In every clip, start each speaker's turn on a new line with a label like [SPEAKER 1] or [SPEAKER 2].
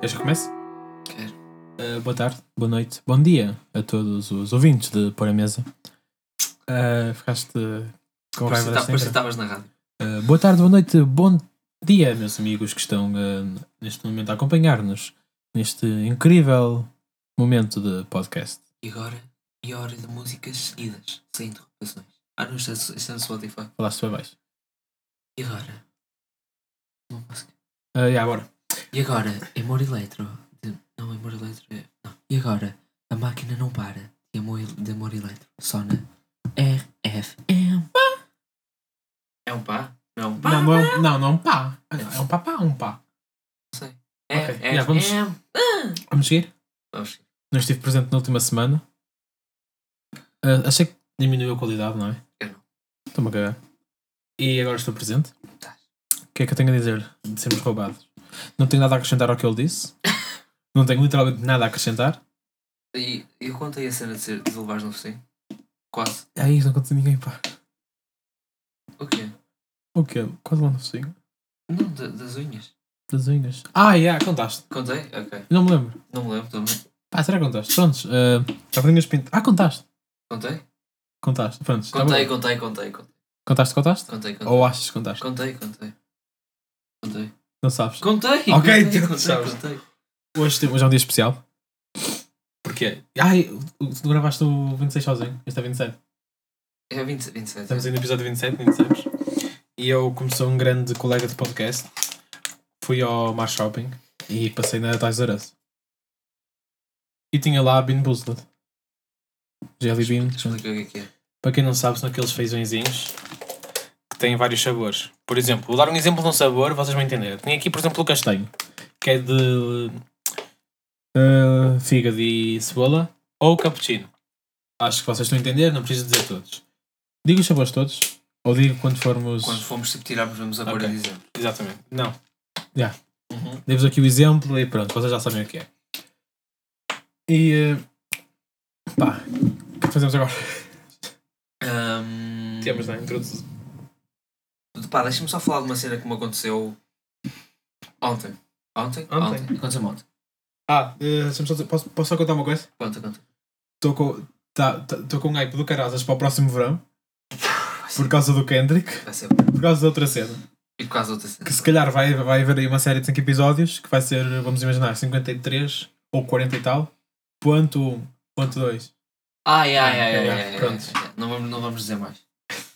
[SPEAKER 1] Queres que comece?
[SPEAKER 2] Quero.
[SPEAKER 1] Uh, boa tarde, boa noite, bom dia a todos os ouvintes de Pôr a Mesa. Uh, ficaste com raiva desta
[SPEAKER 2] Por isso
[SPEAKER 1] entrada?
[SPEAKER 2] estavas tá, na rádio.
[SPEAKER 1] Uh, boa tarde, boa noite, bom dia, meus amigos que estão uh, neste momento a acompanhar-nos neste incrível momento de podcast.
[SPEAKER 2] E agora, e a hora de músicas seguidas, sem interrupções. Ah, não, está, está no Spotify.
[SPEAKER 1] Falaste bem baixo.
[SPEAKER 2] E agora? Uma música.
[SPEAKER 1] Uh, e agora?
[SPEAKER 2] E agora, amor eletro. De, não, amor eletro é. Não. E agora, a máquina não para. De amor, de amor eletro. Só na RFM. É um pá? Não.
[SPEAKER 1] Não, não é um, não, não é um pá. Ah, não,
[SPEAKER 2] Não.
[SPEAKER 1] É um papá ou um pá?
[SPEAKER 2] É,
[SPEAKER 1] Ok, já, vamos- Vamos seguir?
[SPEAKER 2] Ah! Vamos.
[SPEAKER 1] Não estive presente na última semana. Ah, achei que diminuiu a qualidade, não é?
[SPEAKER 2] Eu não.
[SPEAKER 1] Estou-me a cagar. E agora estou presente.
[SPEAKER 2] Estás.
[SPEAKER 1] O que é que eu tenho a dizer de sermos roubados? Não tenho nada a acrescentar ao que ele disse. não tenho literalmente nada a acrescentar.
[SPEAKER 2] E eu contei a cena de, ser, de levares no focinho. Quase.
[SPEAKER 1] É isso, não conto a ninguém, pá.
[SPEAKER 2] O quê?
[SPEAKER 1] O quê? Quase lá no focinho.
[SPEAKER 2] Não, da- das unhas.
[SPEAKER 1] Das unhas. Ah, já, contaste.
[SPEAKER 2] Contei? Ok.
[SPEAKER 1] Eu não me lembro.
[SPEAKER 2] Não me lembro também.
[SPEAKER 1] Pá, será que contaste? Prontos. ah, já tinhas pinto. Ah, contaste.
[SPEAKER 2] Contei?
[SPEAKER 1] Contaste. Prontos. tá
[SPEAKER 2] Contei,
[SPEAKER 1] bom.
[SPEAKER 2] contei, contei, contei.
[SPEAKER 1] Contaste, contaste?
[SPEAKER 2] Contei, contei.
[SPEAKER 1] Ou achas que contaste?
[SPEAKER 2] Contei, contei. Contei.
[SPEAKER 1] Não sabes.
[SPEAKER 2] Contei!
[SPEAKER 1] Ok,
[SPEAKER 2] contei,
[SPEAKER 1] tu
[SPEAKER 2] contei,
[SPEAKER 1] sabes.
[SPEAKER 2] contei.
[SPEAKER 1] Hoje, tem- hoje é um dia especial. Porquê? Ai, o- tu gravaste o 26 sozinho. Este é 27.
[SPEAKER 2] É 20, 27.
[SPEAKER 1] Estamos aí no episódio 27, nem sabes. E eu, como sou um grande colega de podcast, fui ao Mar Shopping e passei na Tais Aras. E tinha lá a Bean Boozled. Jelly Bean.
[SPEAKER 2] Explica o que é que é.
[SPEAKER 1] Para quem não sabe, são aqueles feijõezinhos que têm vários sabores. Por exemplo, vou dar um exemplo de um sabor, vocês vão entender. Tem aqui, por exemplo, o castanho, que é de eh, fígado e cebola, ou cappuccino. Acho que vocês estão a entender, não preciso dizer todos. Digo os sabores todos, ou digo quando formos.
[SPEAKER 2] Quando fomos tipo tirarmos, vamos agora
[SPEAKER 1] Ok.
[SPEAKER 2] dizer.
[SPEAKER 1] Exatamente. Não.
[SPEAKER 2] Uhum.
[SPEAKER 1] Dei-vos aqui o exemplo e pronto, vocês já sabem o que é. E. eh, pá, o que fazemos agora?
[SPEAKER 2] Ahm,
[SPEAKER 1] Uhum. Temos né? na introdução.
[SPEAKER 2] Pá, deixa-me só falar de uma cena que me aconteceu ontem. Ontem?
[SPEAKER 1] Ontem.
[SPEAKER 2] Aconteceu-me ontem.
[SPEAKER 1] Ah, eh, deixa-me só dizer- posso, posso só contar uma coisa?
[SPEAKER 2] Conta, conta.
[SPEAKER 1] estou com, tá, tá- tô com um hype do caraças para o próximo verão por causa do Kendrick,
[SPEAKER 2] Vai ser.
[SPEAKER 1] por causa de outra cena.
[SPEAKER 2] E por causa da outra cena.
[SPEAKER 1] Que se calhar vai, vai haver aí uma série de 5 episódios que vai ser, vamos imaginar, 53 ou 40 e tal. Ponto 1, ponto 2.
[SPEAKER 2] Ai, ai, ai,
[SPEAKER 1] Ah,
[SPEAKER 2] ai,
[SPEAKER 1] ok,
[SPEAKER 2] ai, ai.
[SPEAKER 1] pronto.
[SPEAKER 2] ai, ai. Não vamos, não vamos dizer mais.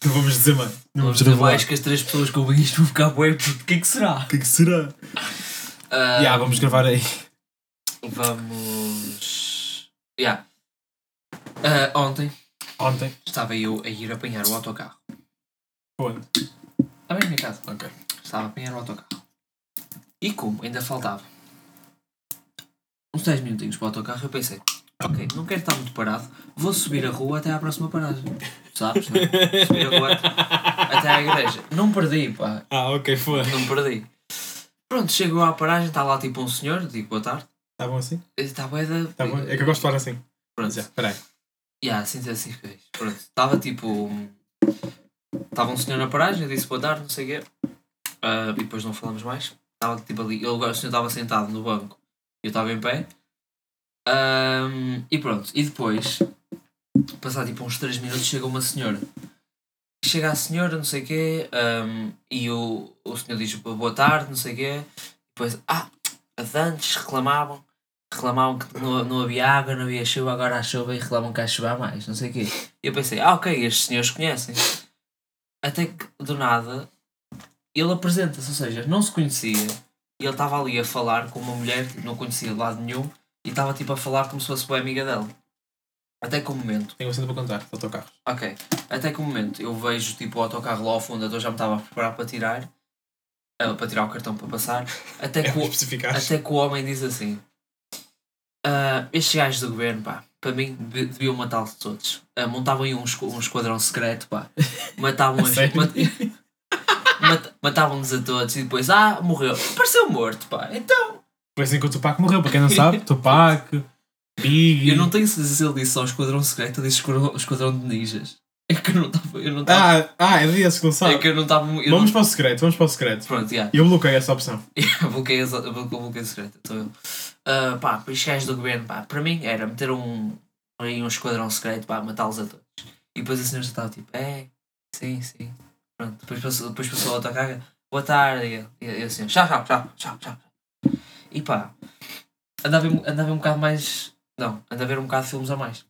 [SPEAKER 1] Não vamos dizer, mano. Não vamos
[SPEAKER 2] dizer
[SPEAKER 1] revelar.
[SPEAKER 2] mais que as três pessoas que ouvem isto vão ficar bué. puto, O que é que será?
[SPEAKER 1] O que é que será?
[SPEAKER 2] Ah,
[SPEAKER 1] Já, vamos gravar aí.
[SPEAKER 2] Vamos. Yeah. Ah, ontem
[SPEAKER 1] Ontem.
[SPEAKER 2] estava eu a ir apanhar o autocarro.
[SPEAKER 1] Onde?
[SPEAKER 2] Estava em minha casa.
[SPEAKER 1] Ok.
[SPEAKER 2] Estava a apanhar o autocarro. E como ainda faltava uns 10 minutinhos para o autocarro, eu pensei: ok, não quero estar muito parado, vou subir a rua até à próxima paragem. Sabes? Né? Subir a rua até à igreja. Não perdi, pá,
[SPEAKER 1] Ah, ok, foi.
[SPEAKER 2] não perdi. Pronto, chego à paragem, está lá tipo um senhor, digo boa tarde.
[SPEAKER 1] Tá bom assim?
[SPEAKER 2] Está bué da.
[SPEAKER 1] Tá bom? É que eu gosto de falar assim.
[SPEAKER 2] Pronto,
[SPEAKER 1] Já, peraí.
[SPEAKER 2] Yeah, sim, sim, sim, fez. Pronto, estava tipo. Estava um senhor na paragem, eu disse boa tarde, não sei o quê. Ah, e depois não falamos mais. Estava tipo ali. Ele, o senhor estava sentado no banco e eu estava em pé. Ahm, e pronto, e depois, passar tipo uns 3 minutos, chega uma senhora. Chega a senhora, não sei o quê, ahm, e o, o senhor diz boa tarde, não sei o quê. Depois, ah, as antes reclamavam reclamavam que não, não havia água, não havia chuva, agora há chuva e reclamam que há chuva a mais, não sei o quê. E eu pensei, ah ok, estes senhores conhecem. Até que do nada ele apresenta-se, ou seja, não se conhecia e ele estava ali a falar com uma mulher que não conhecia de lado nenhum e estava tipo a falar como se fosse boa amiga dela. Até que o momento,
[SPEAKER 1] Tenho bastante para contar, do autocarro.
[SPEAKER 2] ok, até que o momento eu vejo tipo o autocarro lá ao fundo, então eu já me estava a preparar para tirar, ah, para tirar o cartão para passar, até
[SPEAKER 1] É
[SPEAKER 2] que
[SPEAKER 1] para
[SPEAKER 2] o,
[SPEAKER 1] especificar.
[SPEAKER 2] até que o homem diz assim: "Ah, Estes gajos do governo, pá, para mim deve- deviam matá-los todos. Ah, montavam aí um, esqu- um esquadrão secreto, pá. Matavam
[SPEAKER 1] A
[SPEAKER 2] as-
[SPEAKER 1] sério?
[SPEAKER 2] mat- mat- Matavam-nos a todos e depois, ah, morreu. Pareceu morto, pá. Então,
[SPEAKER 1] Pois enquanto assim o Tupac morreu, para quem não sabe, Tupac, Big.
[SPEAKER 2] eu não tenho certeza se ele disse só esquadrão secreto ou disse esquadrão, esquadrão de ninjas. É que eu não estava. Eu não estava.
[SPEAKER 1] Ah, ah, é desse que não sabe.
[SPEAKER 2] Tá. é que eu não estava.
[SPEAKER 1] Vamos para o secreto, vamos para o secreto.
[SPEAKER 2] Pronto, já.
[SPEAKER 1] Eu bloqueei essa opção.
[SPEAKER 2] bloqueei, as- bloqueei o secreto. Então, eu- ah, pá, para os gajos do governo, pá, para mim era meter um, aí um esquadrão secreto, pá, matá-los a todos. E depois a senhora estava tipo, é, sim, sim. Pronto, depois passou, depois passou a outra carga, boa tarde, e, e, e assim, tchau, tchau, tchau, tchau, tchau. E pá, andava, em- andava um bocado mais, não, andava a ver um bocado de filmes a mais.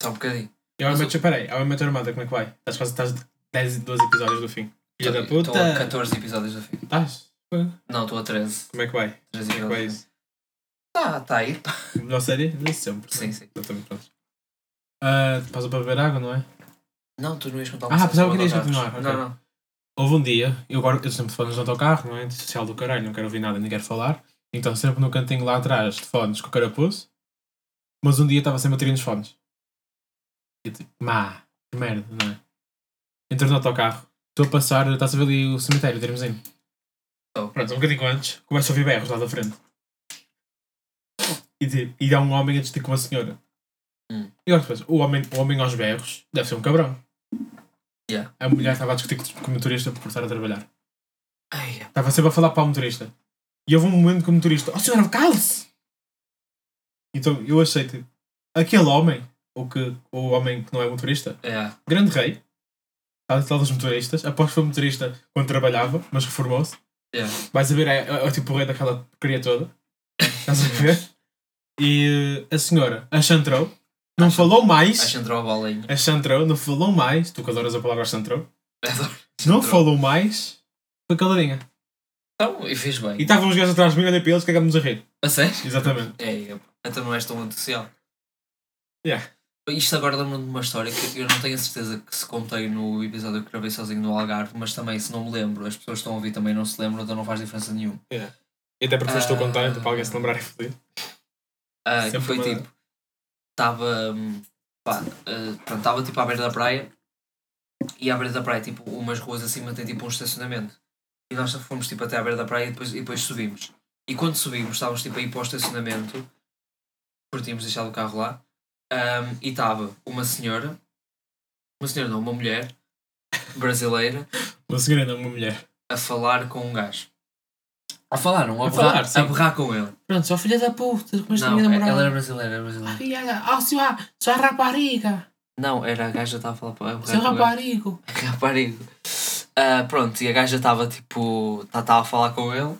[SPEAKER 2] Só um bocadinho.
[SPEAKER 1] E ao
[SPEAKER 2] Mas
[SPEAKER 1] Match, peraí, ao Match Armada, como é que vai? Estás quase estás 10, 12 episódios do fim. Filha da
[SPEAKER 2] Estou a
[SPEAKER 1] puta!
[SPEAKER 2] 14 episódios do fim.
[SPEAKER 1] Estás? Como
[SPEAKER 2] Não, estou a 13.
[SPEAKER 1] é que vai?
[SPEAKER 2] 13
[SPEAKER 1] Como é que vai
[SPEAKER 2] episódios.
[SPEAKER 1] isso?
[SPEAKER 2] Tá, tá aí. pá.
[SPEAKER 1] Melhor série? De sempre. não é?
[SPEAKER 2] Sim, sim.
[SPEAKER 1] Exatamente, pronto. Ah, pausa para beber água, não é?
[SPEAKER 2] Não, tu não ias contar
[SPEAKER 1] Ah,
[SPEAKER 2] uma cena
[SPEAKER 1] pensava que
[SPEAKER 2] sobre
[SPEAKER 1] ias
[SPEAKER 2] autocarros.
[SPEAKER 1] continuar, ok.
[SPEAKER 2] Não, não.
[SPEAKER 1] Houve um dia, eu agora eu sempre fones no autocarro, não é? De social do caralho, não quero ouvir nada, nem quero falar. Então sempre no cantinho lá atrás de fones com o carapuço. Mas um dia estava sem bateria nos fones. E tipo, má, que merda, não é? Entro no autocarro, estou a passar, estás a ver ali o cemitério, termozinho.
[SPEAKER 2] Oh.
[SPEAKER 1] Pronto, um bocadinho antes, começo a ouvir berros lá da frente. E, tipo, e há um homem a discutir com uma senhora.
[SPEAKER 2] Hum.
[SPEAKER 1] E agora depois, o homem, o homem aos berros deve ser um cabrão.
[SPEAKER 2] Yeah.
[SPEAKER 1] A mulher estava a discutir com o motorista por estar a trabalhar.
[SPEAKER 2] Ai,
[SPEAKER 1] Estava sempre a falar para o motorista. E houve um momento que o motorista, oh senhora, cale-se! Então eu achei, tipo, aquele homem, ou que, o homem que não é motorista,
[SPEAKER 2] É,
[SPEAKER 1] grande rei, está de tal dos motoristas, após que foi motorista quando trabalhava, mas reformou-se.
[SPEAKER 2] é.
[SPEAKER 1] Vais a ver, é, é, é tipo o rei daquela porcaria toda. Estás a ver? E eh, a senhora achantrou, não
[SPEAKER 2] Acho-
[SPEAKER 1] falou mais,
[SPEAKER 2] Acho que entrou a bolinha.
[SPEAKER 1] achantrou, não falou mais, tu que adoras a palavra achantrou,
[SPEAKER 2] Adoro.
[SPEAKER 1] não
[SPEAKER 2] Entrou.
[SPEAKER 1] falou mais, foi caladinha.
[SPEAKER 2] Então, e fez
[SPEAKER 1] E
[SPEAKER 2] bem.
[SPEAKER 1] estavam os gajos atrás de mim, olhei para eles, cagámos a rir.
[SPEAKER 2] A sério?
[SPEAKER 1] Exatamente.
[SPEAKER 2] É, é. Então não és tão antissocial.
[SPEAKER 1] Yeah.
[SPEAKER 2] Isto agora lembra-me de uma história que eu não tenho a certeza que se contei no episódio que gravei sozinho no Algarve, mas também, se não me lembro, as pessoas que estão a ouvir também não se lembram, então não faz diferença nenhuma.
[SPEAKER 1] E até porque
[SPEAKER 2] foste tu a contar,
[SPEAKER 1] contente
[SPEAKER 2] então para alguém se
[SPEAKER 1] lembrar é fodido.
[SPEAKER 2] Ah, que
[SPEAKER 1] Sempre
[SPEAKER 2] foi
[SPEAKER 1] uma-
[SPEAKER 2] tipo. Estava. hum, Pá, ah, pronto, estava tipo à beira da praia. E à beira da praia, tipo, umas ruas acima tem tipo um estacionamento. E nós fomos tipo até à beira da praia e depois, e depois subimos. E quando subimos, estávamos tipo aí para o estacionamento, porque tínhamos deixado o carro lá. ahm, e estava uma senhora, uma senhora não, uma mulher brasileira,
[SPEAKER 1] Uma senhora não, uma mulher.
[SPEAKER 2] a falar com um gajo. A falar, não, a,
[SPEAKER 1] A
[SPEAKER 2] berrar,
[SPEAKER 1] falar, sim.
[SPEAKER 2] a berrar com ele.
[SPEAKER 1] Pronto, só filha da puta, mas
[SPEAKER 2] não, é, ela era brasileira, era brasileira.
[SPEAKER 1] Ah, senhora, sua rapariga,
[SPEAKER 2] Não, era a gaja estava a falar para a
[SPEAKER 1] raparigo.
[SPEAKER 2] raparigo. Ah, pronto, e a gaja estava tipo. Estava a falar com ele.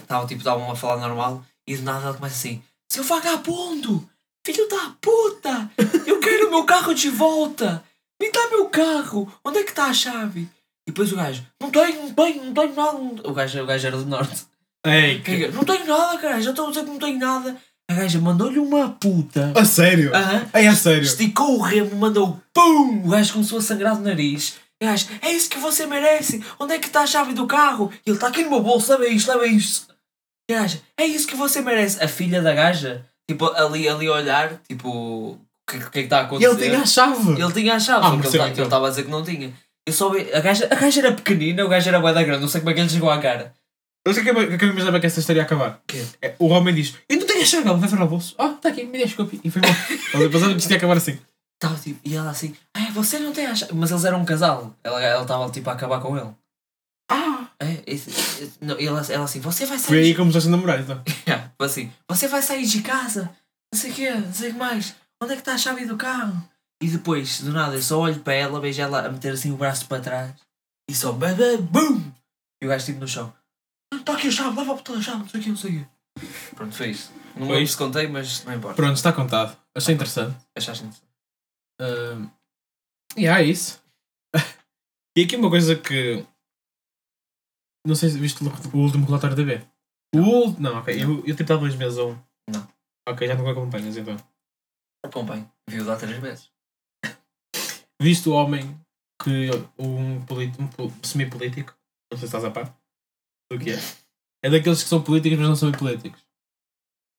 [SPEAKER 2] Estava tipo, estavam a falar normal. E do nada ela começa assim: Seu vagabundo! Filho da puta! Eu quero o meu carro de volta! Me dá meu carro! Onde é que está a chave? E depois o gajo: Não tenho, não tenho, não tenho nada. não- O gajo, o gajo era do norte.
[SPEAKER 1] Ei, que...
[SPEAKER 2] Diga, Não tenho nada, caralho, já estou a dizer que não tenho nada. A gaja mandou-lhe uma puta.
[SPEAKER 1] A sério?
[SPEAKER 2] Aham.
[SPEAKER 1] Ei, a sério?
[SPEAKER 2] Esticou o remo, mandou PUM! O gajo começou a sangrar do nariz. O gajo, é isso que você merece! Onde é que está a chave do carro? E ele está aqui no meu bolso, leva isto, leva isto! O gajo, é isso que você merece! A filha da gaja, tipo, ali, ali a olhar, tipo, o que, o que é que está a
[SPEAKER 1] E
[SPEAKER 2] acontecer?
[SPEAKER 1] ele tinha a chave.
[SPEAKER 2] Ele tinha a chave,
[SPEAKER 1] Ah,
[SPEAKER 2] só que
[SPEAKER 1] percebo,
[SPEAKER 2] ele
[SPEAKER 1] então.
[SPEAKER 2] estava a dizer que não tinha. Eu só vi, a gaja, a gaja era pequenina, o gajo era bué da grande, não sei como é que ele chegou à cara.
[SPEAKER 1] Eu sei que eu que eu imaginava que essa história ia acabar.
[SPEAKER 2] Quê?
[SPEAKER 1] É, O homem diz, eu não tenho a chave, ela vai virar o bolso. Ah, está aqui, me desculpe. E foi embora. Ele pensava que isto ia acabar assim.
[SPEAKER 2] Tava, tipo, e ela assim, ah, você não tem a chave. Mas eles eram um casal, ela estava tipo a acabar com ele.
[SPEAKER 1] Ah!
[SPEAKER 2] É, esse- esse- não, e ela, ela assim, você vai
[SPEAKER 1] Foi aí
[SPEAKER 2] sair.
[SPEAKER 1] que começaste a namorar, então.
[SPEAKER 2] de- Yeah, foi assim, você vai sair de casa, não sei o quê, não sei o que mais. Onde é que está a chave do carro? E depois, do nada, eu só olho para ela, vejo ela a meter assim o braço para trás e só bebê, BUM! E o gajo tipo no chão. Está aqui a chave, leva para a chave, não sei o quê, não sei o quê. Pronto, foi isso. Não
[SPEAKER 1] Foi
[SPEAKER 2] lembro
[SPEAKER 1] isto.
[SPEAKER 2] se contei, mas não importa.
[SPEAKER 1] Pronto, está contado. Achei interessante.
[SPEAKER 2] Achaste interessante.
[SPEAKER 1] Ahm, e há isso. e aqui uma coisa que. Não sei se viste o último relatório da B. O último. Não, ok. Eu, eu tipo há dois meses ou um.
[SPEAKER 2] Não.
[SPEAKER 1] Ok, já não acompanhas então.
[SPEAKER 2] Acompanho. Viu lá três meses.
[SPEAKER 1] Viste o homem que. Um, polit, um pol- semi-político. Não sei se estás a par. Do que é? É daqueles que são políticos, mas não são bem políticos.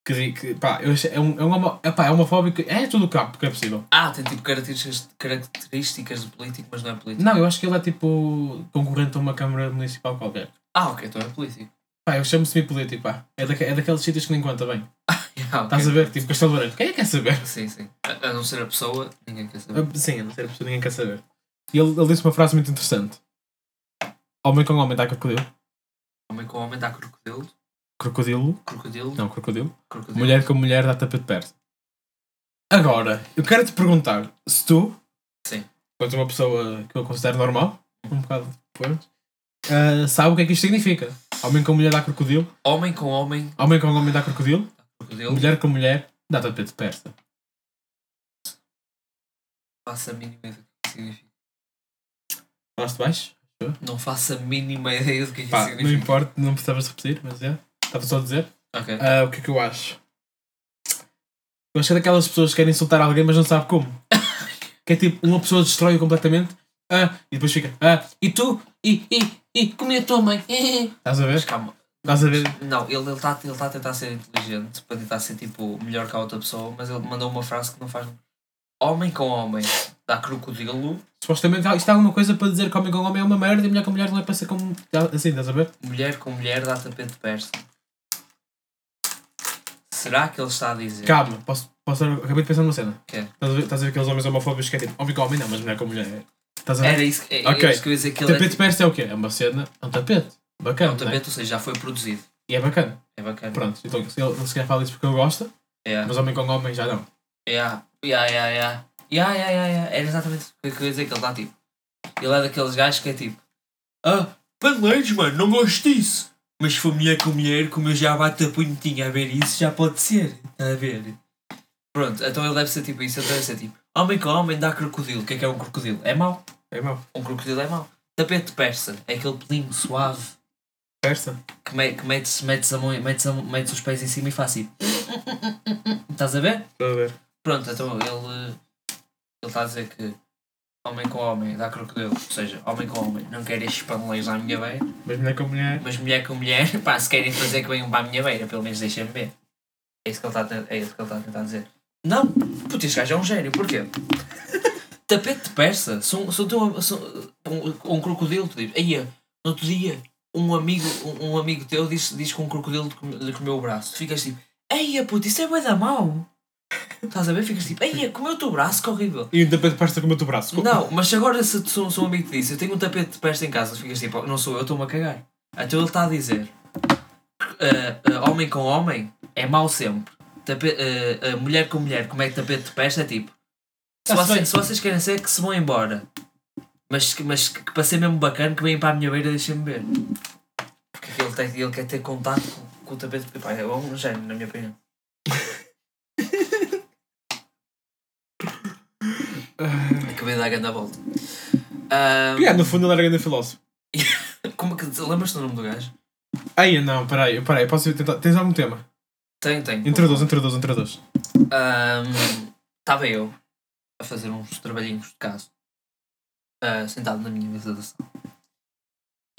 [SPEAKER 1] Que, di- que pá, eu achei, é, um, é, um, homo- é, pá, é homofóbico. É tudo o que há, porque é possível.
[SPEAKER 2] Ah, tem tipo características, características de político, mas não é político.
[SPEAKER 1] Não, eu acho que ele é tipo concorrente a uma Câmara Municipal qualquer.
[SPEAKER 2] Ah, ok, então é político.
[SPEAKER 1] Pá, eu chamo-me semi-político, pá. É, daque- é daqueles sítios que nem conta bem.
[SPEAKER 2] Yeah, ok.
[SPEAKER 1] Estás a ver? Tipo, Castelo Branco. Quem é que quer saber?
[SPEAKER 2] Sim, sim. A, a não ser a pessoa, ninguém quer saber.
[SPEAKER 1] Ah, Sim, a não ser a pessoa, ninguém quer saber. E ele, ele disse uma frase muito interessante. Homem com homem dá crocodilo.
[SPEAKER 2] Homem com homem dá crocodilo.
[SPEAKER 1] Crocodilo.
[SPEAKER 2] Crocodilo.
[SPEAKER 1] Não, crocodilo.
[SPEAKER 2] Crocodilo.
[SPEAKER 1] Mulher com mulher dá tapa de perto. Agora, eu quero te perguntar se tu,
[SPEAKER 2] Sim.
[SPEAKER 1] quanto uma pessoa que eu considero normal, um bocado depois, ah, sabe o que é que isto significa. Homem com mulher dá crocodilo,
[SPEAKER 2] Homem com homem.
[SPEAKER 1] homem com homem dá crocodilo,
[SPEAKER 2] Crocodilo.
[SPEAKER 1] mulher com mulher dá tapa de perto.
[SPEAKER 2] Faço a mínima ideia do que isso significa.
[SPEAKER 1] Falaste baixo?
[SPEAKER 2] Não faço a mínima ideia do que isso
[SPEAKER 1] Pá, não
[SPEAKER 2] significa.
[SPEAKER 1] importa, não precisavas repetir, mas é. Estava só a dizer.
[SPEAKER 2] Ok.
[SPEAKER 1] Ah, o que é que eu acho? Eu acho que é daquelas pessoas que querem insultar alguém, mas não sabe como. que é tipo, uma pessoa destrói completamente. Ah, e depois fica. Ah, e tu? E, e, e, comi a tua mãe. eh, eh." Estás a
[SPEAKER 2] Mas
[SPEAKER 1] ver?
[SPEAKER 2] calma.
[SPEAKER 1] Estás a ver?
[SPEAKER 2] Não, ele está ele tá a tentar ser inteligente para tentar ser tipo melhor que a outra pessoa, mas ele mandou uma frase que não faz. Homem com homem dá crocodilo,
[SPEAKER 1] Supostamente isto é alguma coisa para dizer que homem com homem é uma merda e mulher com mulher não é para ser como. Assim, estás a ver?
[SPEAKER 2] mulher com mulher dá tapete de persa. Será que ele está a dizer?
[SPEAKER 1] Calma, posso, posso. Acabei de pensar numa cena.
[SPEAKER 2] É. Quê?
[SPEAKER 1] Estás a ver, estás a ver aqueles homens homofóbicos que é tipo, homem com homem não, mas mulher com mulher. Estás a ver?
[SPEAKER 2] Era isso que, é,
[SPEAKER 1] Ok.
[SPEAKER 2] é isso que eu ia dizer que ele é,
[SPEAKER 1] tapete de
[SPEAKER 2] tipo-
[SPEAKER 1] persa é o quê? É uma cena, é um tapete.
[SPEAKER 2] é
[SPEAKER 1] Bacana.
[SPEAKER 2] um
[SPEAKER 1] não é?
[SPEAKER 2] tapete, ou seja, já foi produzido.
[SPEAKER 1] E é bacana.
[SPEAKER 2] É bacana.
[SPEAKER 1] Pronto, então ele ele se calhar fala isso porque eu gosto,
[SPEAKER 2] É.
[SPEAKER 1] mas homem com homem já não.
[SPEAKER 2] Yeah, yeah, yeah, yeah. Yeah, yeah, yeah, yeah. Era exatamente o que eu ia dizer que ele está tipo. Ele é daqueles gajos que é tipo. Ah, paneleiros, mano, não gosto disso. Mas se for mulher com mulher, como eu já bato a punhetinha a ver isso, já pode ser. Está a ver? Pronto, então ele deve ser tipo isso. Ele deve ser tipo. Homem com homem dá crocodilo. O que é que é um crocodilo? É mau.
[SPEAKER 1] É mau.
[SPEAKER 2] Um crocodilo é mau. Tapete persa. É aquele pelinho suave
[SPEAKER 1] Persa.
[SPEAKER 2] que, me, que metes, metes, a mão, metes, a, metes os pés em cima e faz assim. Estás a ver?
[SPEAKER 1] Estou a ver.
[SPEAKER 2] Pronto, então ele ele está a dizer que homem com homem dá crocodilo, ou seja, homem com homem não quer estes panelões à minha beira,
[SPEAKER 1] Mas mulher com mulher.
[SPEAKER 2] mas mulher com mulher, pá, se querem fazer que venham para a minha beira, pelo menos deixem-me ver. É isso que ele está a, ten- é isso que ele está a tentar dizer. Não, puto, este gajo é um gênio, porquê? Tapete de persa, se um, se um, teu- se um, um crocodilo te diz, aí, no outro dia, um amigo, um, um amigo teu diz, diz que um crocodilo te come- lhe comeu o braço, ficas tipo, eia puto, isso é bué da mau. Estás a ver? Ficas tipo, eia, comeu o teu braço, que horrível.
[SPEAKER 1] E um tapete de persa com o teu braço.
[SPEAKER 2] Não, mas se agora se, se, um, se um amigo te disse eu tenho um tapete de peste em casa, ficas tipo, não sou eu, estou-me a cagar. Então ele está a dizer "Ah, ah, homem com homem é mau sempre. Tape, ah, ah, mulher com mulher, como é que tapete de peste é tipo. Se,
[SPEAKER 1] Tá-se
[SPEAKER 2] vocês-
[SPEAKER 1] bem.
[SPEAKER 2] se vocês querem ser que se vão embora. Mas, que- mas que, que para ser mesmo bacana que vêm para a minha beira deixem-me ver. Porque ele, tem, ele quer ter contato com, com o tapete. Pá, é um gênio, na minha opinião. Acabei de dar a grande volta. Ah,
[SPEAKER 1] Yeah, no fundo ele era grande filósofo.
[SPEAKER 2] como é que lembras-te do nome do gajo?
[SPEAKER 1] Ai, não, peraí, peraí, posso ir tentar. Tens algum tema?
[SPEAKER 2] Tenho, tenho.
[SPEAKER 1] Introduz, introduz, introduz.
[SPEAKER 2] Estava eu a fazer uns trabalhinhos de casa, ah, sentado na minha mesa de sala,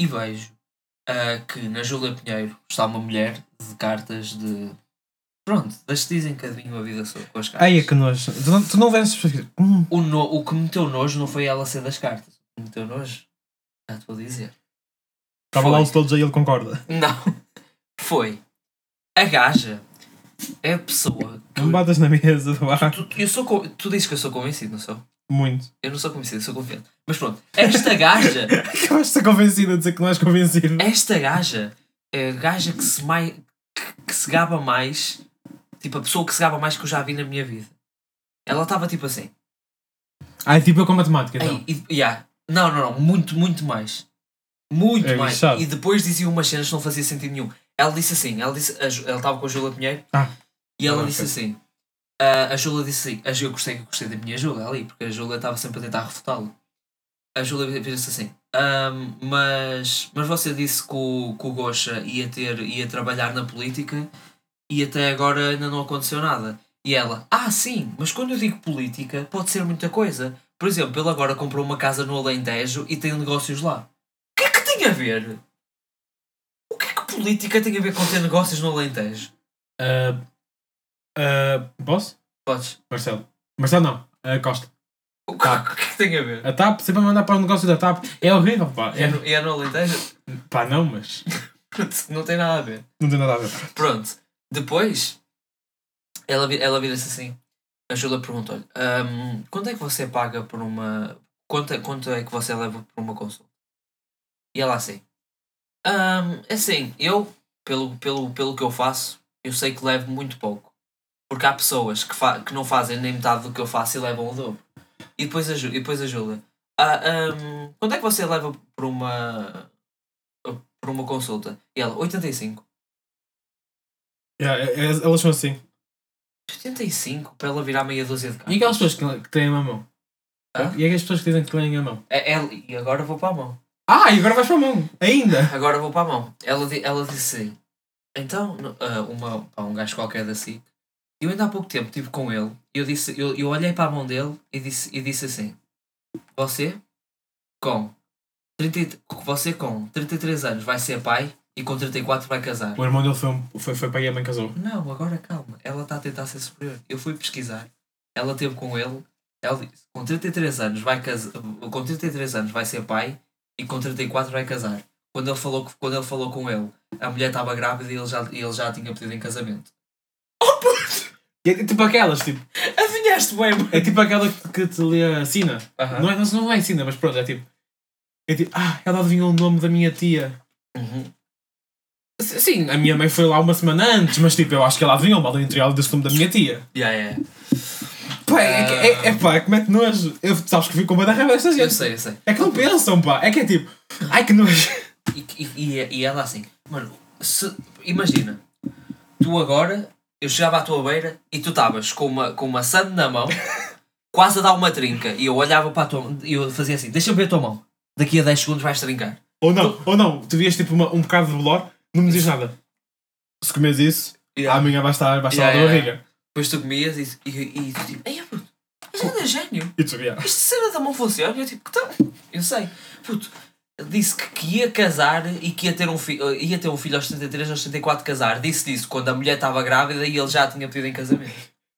[SPEAKER 2] e vejo ah, que na Júlia Pinheiro está uma mulher de cartas de. Pronto, das que dizem que adivinham a vida sobre- com as cartas.
[SPEAKER 1] Ai, é que nós. Tu não, tu não vens. Hum,
[SPEAKER 2] o, no- o que me meteu nojo não foi ela ser das cartas. O que me meteu nojo, já te vou dizer.
[SPEAKER 1] Estava lá os todos aí, ele concorda.
[SPEAKER 2] Não. Foi. A gaja é a pessoa que.
[SPEAKER 1] Não batas na mesa, vá.
[SPEAKER 2] Tu, eu sou, con- tu dizes que eu sou convencido, não sou?
[SPEAKER 1] Muito.
[SPEAKER 2] Eu não sou convencido, sou confiante. Mas pronto, esta gaja,
[SPEAKER 1] Acabaste de ser convencido a dizer que não és convencido.
[SPEAKER 2] esta gaja é a gaja que se, mai, que, que se gaba mais, tipo a pessoa que se gaba mais que eu já vi na minha vida. Ela estava tipo assim.
[SPEAKER 1] Ah, é tipo eu com matemática, então.
[SPEAKER 2] Ei, e, yeah. Não, não, não, muito, muito mais. Muito
[SPEAKER 1] É
[SPEAKER 2] mais.
[SPEAKER 1] lixado.
[SPEAKER 2] E depois dizia umas cenas que não fazia sentido nenhum. Ela disse assim, ela disse, a Ju- ela estava com a Júlia Pinheiro
[SPEAKER 1] Ah.
[SPEAKER 2] e ela
[SPEAKER 1] Ah,
[SPEAKER 2] disse
[SPEAKER 1] ok.
[SPEAKER 2] assim. ah, a Júlia disse assim, a Ju- eu gostei, eu gostei da minha Júlia ali, porque a Júlia estava sempre a tentar refutá-lo. A Júlia disse assim, "Ahm, mas, mas você disse que o, que o Gosha ia ter, ia trabalhar na política e até agora ainda não aconteceu nada. E ela, ah sim, mas quando eu digo política, pode ser muita coisa. Por exemplo, ele agora comprou uma casa no Alentejo e tem negócios lá. O que é que tem a ver? O que é que política tem a ver com ter negócios no Alentejo?
[SPEAKER 1] Ah, ah, posso?
[SPEAKER 2] Podes.
[SPEAKER 1] Marcelo. Marcelo não. Ah, Costa.
[SPEAKER 2] O que,
[SPEAKER 1] Tá.
[SPEAKER 2] o que é que tem a ver?
[SPEAKER 1] A TAP sempre a mandar para o negócio da TAP. É horrível, pá.
[SPEAKER 2] É
[SPEAKER 1] É,
[SPEAKER 2] no, é no Alentejo?
[SPEAKER 1] pá, não, mas.
[SPEAKER 2] Não tem nada a ver.
[SPEAKER 1] Não tem nada a ver.
[SPEAKER 2] Pronto. Depois, ela, vi- ela vira-se assim. A Júlia perguntou-lhe: "Ahm, quanto é que você paga por uma. Quanto é, quanto é que você leva por uma consulta? E ela "Hum, assim: "Ahm, é assim, eu pelo, pelo, pelo que eu faço, eu sei que levo muito pouco. Porque há pessoas que, fa que não fazem nem metade do que eu faço e levam o dobro. E depois, aju e depois ajuda. Ah, ahm, quanto é que você leva por uma, por uma consulta? E ela, 85.
[SPEAKER 1] Yeah, é- é- elas são assim.
[SPEAKER 2] 85 para ela virar meia dúzia de
[SPEAKER 1] E
[SPEAKER 2] cartas.
[SPEAKER 1] aquelas pessoas que, le- que têm a mão?
[SPEAKER 2] Hã?
[SPEAKER 1] E aquelas pessoas que dizem que leem a mão?
[SPEAKER 2] É- ela- e agora vou para a mão.
[SPEAKER 1] Ah, e agora vais para a mão! Ainda!
[SPEAKER 2] Agora vou para a mão. Ela, di- ela disse assim, então, no- ah, uma, pá, um gajo qualquer da SIC, eu ainda há pouco tempo estive com ele, e eu, disse, eu, eu olhei para a mão dele e disse, e disse assim, você com, 30, e t- você com 33 anos vai ser pai e com 34 vai casar.
[SPEAKER 1] O irmão dele foi, um- foi, foi para aí e a mãe casou.
[SPEAKER 2] Não, agora calma, ela está a tentar ser superior. Eu fui pesquisar, ela esteve com ele, ela disse, com 33 anos vai casar, com 33 anos vai ser pai e com 34 vai casar. Quando ele falou, que- quando ele falou com ele, a mulher estava grávida e ele já, e ele já a tinha pedido em casamento.
[SPEAKER 1] Oh, E é tipo aquelas, tipo.
[SPEAKER 2] Adivinhaste bem, mano.
[SPEAKER 1] É tipo aquela que- que te lê a sina.
[SPEAKER 2] Aham.
[SPEAKER 1] Não, é, não, não é sina, mas pronto, é tipo. É tipo, ah, ela adivinhou o nome da minha tia.
[SPEAKER 2] Uhum.
[SPEAKER 1] S- Sim, a minha mãe foi lá uma semana antes, mas tipo, eu acho que ela adivinhou mal do interior desse nome da minha tia.
[SPEAKER 2] Yeah, yeah.
[SPEAKER 1] Pá, é, que- é, é pá, é que mete nojo. Eu, sabes que fico com uma da raiva desta
[SPEAKER 2] Eu
[SPEAKER 1] gente.
[SPEAKER 2] sei, eu sei.
[SPEAKER 1] É que não pensam, pá. É que é tipo, ai que nojo.
[SPEAKER 2] E, e, e- e ela assim, mano, se- imagina, tu agora, eu chegava à tua beira e tu estavas com uma, com uma sand na mão, quase a dar uma trinca, e eu olhava para a tua mão, e eu fazia assim, deixa-me ver a tua mão, daqui a 10 segundos vais trincar.
[SPEAKER 1] Ou não, ou não, tu vias tipo uma- um bocado de bolor, não me diz nada. Se comes isso, amanhã vais estar, vais estar lá
[SPEAKER 2] Yeah,
[SPEAKER 1] da
[SPEAKER 2] yeah,
[SPEAKER 1] barriga.
[SPEAKER 2] Ah, Depois tu comias e, e, e tu tipo, ei puto, mas ele é gênio,
[SPEAKER 1] E tu, yeah.
[SPEAKER 2] isto de cena da mão funciona, e eu tipo, então, eu sei, puto. Disse que, que ia casar e que ia ter, um fi- ia ter um filho aos 33, aos 34 casar. Disse disso quando a mulher estava grávida e ele já a tinha pedido em casamento.